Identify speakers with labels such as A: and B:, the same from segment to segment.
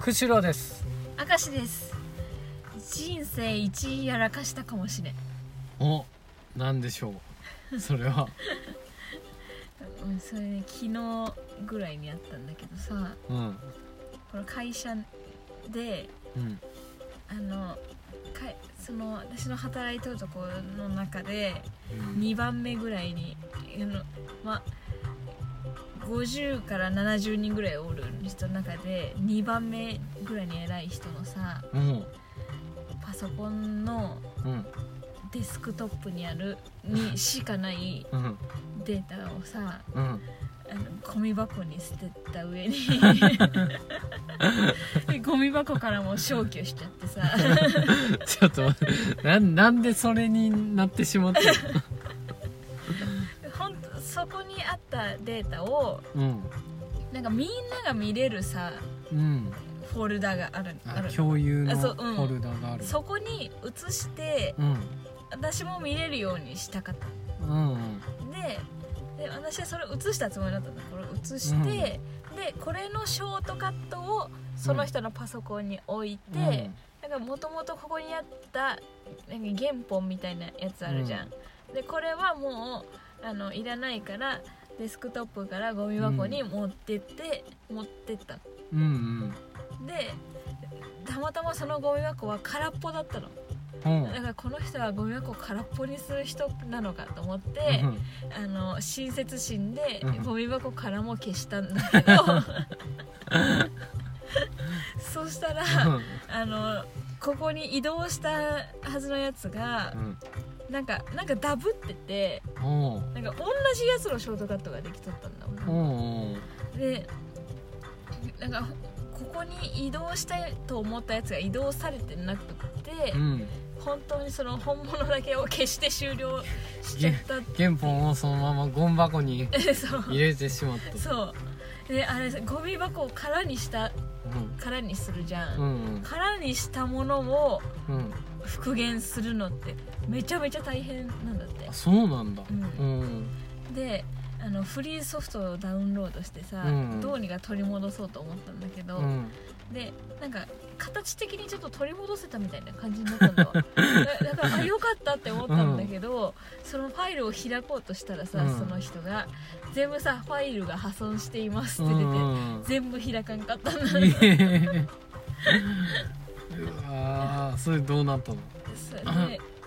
A: 釧路です
B: 明石です人生一位やらかしたかもしれん、
A: おなんでしょうそれは
B: うん、それね昨日ぐらいにあったんだけどさ
A: うん
B: これ会社で
A: うん
B: あのかいその私の働いてるところの中で
A: うん
B: 2番目ぐらいにあのま50から70人ぐらいおる人の中で2番目ぐらいに偉い人のさ
A: うん
B: パソコンの
A: うん
B: デスクトップにあるにしかない
A: うん
B: データをさ
A: うん
B: あのゴミ箱に捨てた 上にでゴミ箱からも消去しちゃってさ
A: ちょっと待ってなんなんでそれになってしまった
B: ほんとそこにあったデータを
A: の
B: なんかみんなが見れるさ
A: うんうん
B: フォルダがあるあ
A: あ
B: る
A: 共有の
B: あ
A: フ
B: そううん
A: ォルダがある
B: そこに移して
A: うん
B: 私も見れるようにしたかった
A: うんうん
B: でで私はそれ移したつもりだったんだこれ移して、
A: うん
B: でこれのショートカットをその人のパソコンに置い
A: う
B: て、
A: ん
B: なんかもともとここにあったなんか原本みたいなやつあるじゃん、でこれはもうあのいらないからデスクトップからゴミ箱に持ってって、持ってったの
A: うん
B: でたまたまそのゴミ箱は空っぽだったの
A: うん
B: だからこの人はゴミ箱を空っぽにする人なのかと思って、
A: うん
B: あの親切心で
A: うん
B: ゴミ箱からも消したんだけ どそうした ら あのここに移動したはずのやつが
A: うん
B: なんかなんかダブってて
A: おう
B: なんか同じやつのショートカットができとったんだもん
A: おう
B: でなんかここに移動したいと思ったやつが移動されてなくて、
A: うん
B: 本当にその本物だけを消して終了しちゃった っ
A: 原本をそのままゴミ箱に
B: てそう
A: 入れてしまった
B: そうであれゴミ箱を空にした
A: うん
B: 空にするじゃん、
A: うん
B: 空にしたものを
A: うんうん
B: 復元するのってめちゃめちゃ大変なんだって
A: あそうなんだ
B: う
A: うん
B: であのフリーソフトをダウンロードしてさ、
A: うん
B: どうにか取り戻そうと思ったんだけど、
A: うん
B: でなんか形的にちょっと取り戻せたみたいな感じにな ったのだだからあよかったって思ったんだけど、そのファイルを開こうとしたらさ、
A: うん
B: その人が全部さファイルが破損しています
A: う
B: って出て、
A: ん
B: 全部開かんかったんだ
A: うわーそれどうなったの
B: それで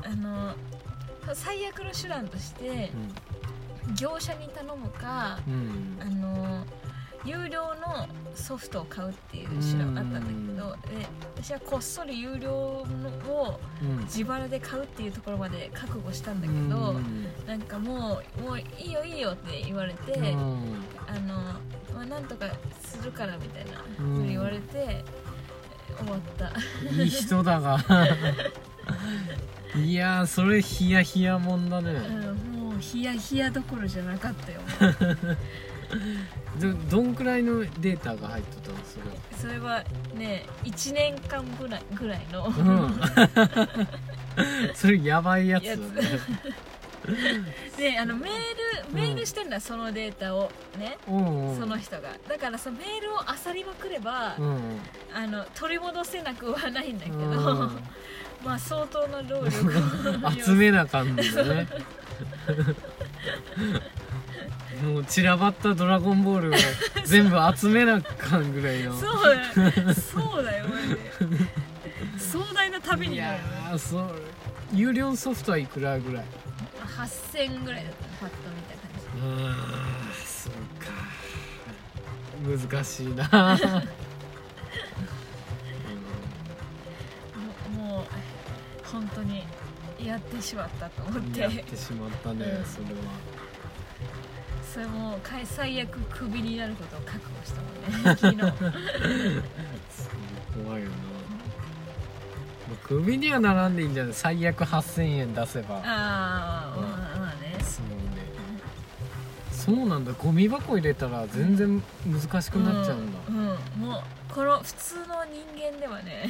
B: あの最悪の手段として業者に頼むか
A: うんうん
B: あの有料のソフトを買うっていう手段があったんだけどで私はこっそり有料のを
A: うん
B: 自腹で買うっていうところまで覚悟したんだけ
A: うん
B: ど、なんかもうもういいよいいよって言われて、
A: うん
B: あの、まあ、なんとかするからみたいなふ
A: うん
B: うに言われて、終わった
A: いい人だがいやーそれヒヤヒヤもんだね
B: うんもうヒヤヒヤどころじゃなかったよ
A: でどんくらいのデータが入っとったのそれは
B: それはね1年間ぐらいぐらいの、
A: うん、それやばいやつだね
B: であのメールメールしてんだ、そのデータをね
A: うんうん
B: その人がだからそのメールを漁りまくれば、
A: うん
B: あの取り戻せなくはないんだけど、
A: うん
B: まあ相当な労力 を
A: 集めな感じだ ねもう散らばった「ドラゴンボール」を全部集めな感ぐらいの
B: そうだよそうだよマジで壮大な旅
A: い
B: にな
A: や
B: るよね
A: ーそう有料ソフトはいくらぐらい
B: 8000ぐらいだったのパッと見た感じ
A: うーんそうか難しい な
B: ももう本当にやってしまったと思っ
A: うんやっててしまったね
B: うん
A: それは。
B: それもかえ最悪クビになることを覚悟したもんね 昨日
A: 怖いよなもうクビにはならんでいいんじゃない最悪8000円出せば
B: ああまあまあね
A: そうねそうなんだゴミ箱入れたら全然難しくなっちゃうんだ、
B: うん、うんもうこの普通の人間ではね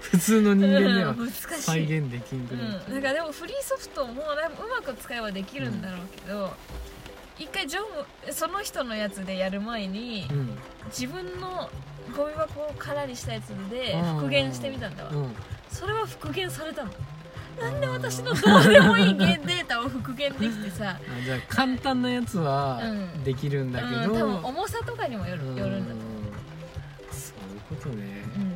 A: 普通の人間では
B: うん難しい
A: 再現できんく
B: う
A: なっ
B: ん、なんかでもフリーソフトもうまく使えばできるんだろうけど、一回ジョブその人のやつでやる前に
A: うん
B: 自分のゴミ箱を空にしたやつで
A: うん
B: 復元してみたんだわ
A: うん
B: それは復元されたのなんで私のどうでもいいゲデータを復元できてさ
A: あじゃあ簡単なやつは
B: うん
A: できるんだけ
B: うん
A: ど、
B: 多分重さとかにもよるよるんだと思う
A: そういうことね
B: うん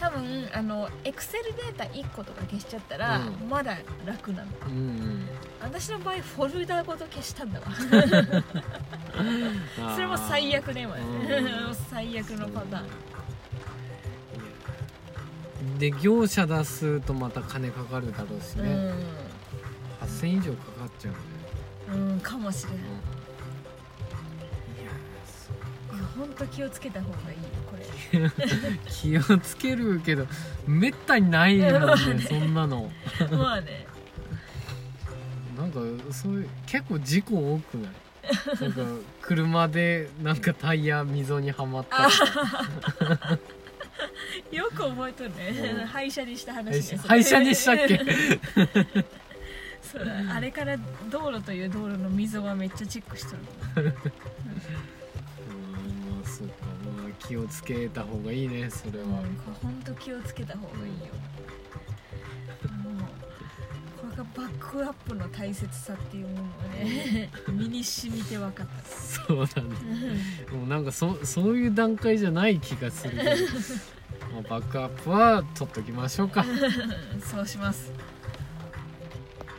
B: 多分あのエクセルデータ1個とか消しちゃったら、
A: うん
B: まだ楽なの
A: うん、うん、
B: 私の場合フォルダごと消したんだわそれも最悪ね今ね
A: うん
B: 最悪のパターン
A: ンで業者出すとまた金かかるだろうしね、8000以上かかっちゃうね、
B: うん、うん、かもしれない
A: うん、
B: い
A: いやそう
B: やほんと気をつけた方がいいよこれ
A: 気をつけるけどめったにないも
B: まあ
A: ん
B: ね
A: ねそんなの
B: まあね
A: なんかそういう結構事故多くないなんか車でなんかタイヤ溝にはまったとか
B: よく覚えとる
A: う
B: ね
A: ん
B: 廃車にした
A: 廃車
B: 話ねそれ
A: 廃車にしたっ け
B: そうだあれから道路という道路の溝はめっちゃチェックしとる
A: うんまあそうか、まあ、気をつけた方がいいねそれは、
B: うん、これ本当気をつけた方がいいよもうこれがバックアップの大切さっていうものをね身に染みて分かった
A: そうだねもうなんかそそういう段階じゃない気がするけどまあバックアップは取っときましょうか
B: うんそうします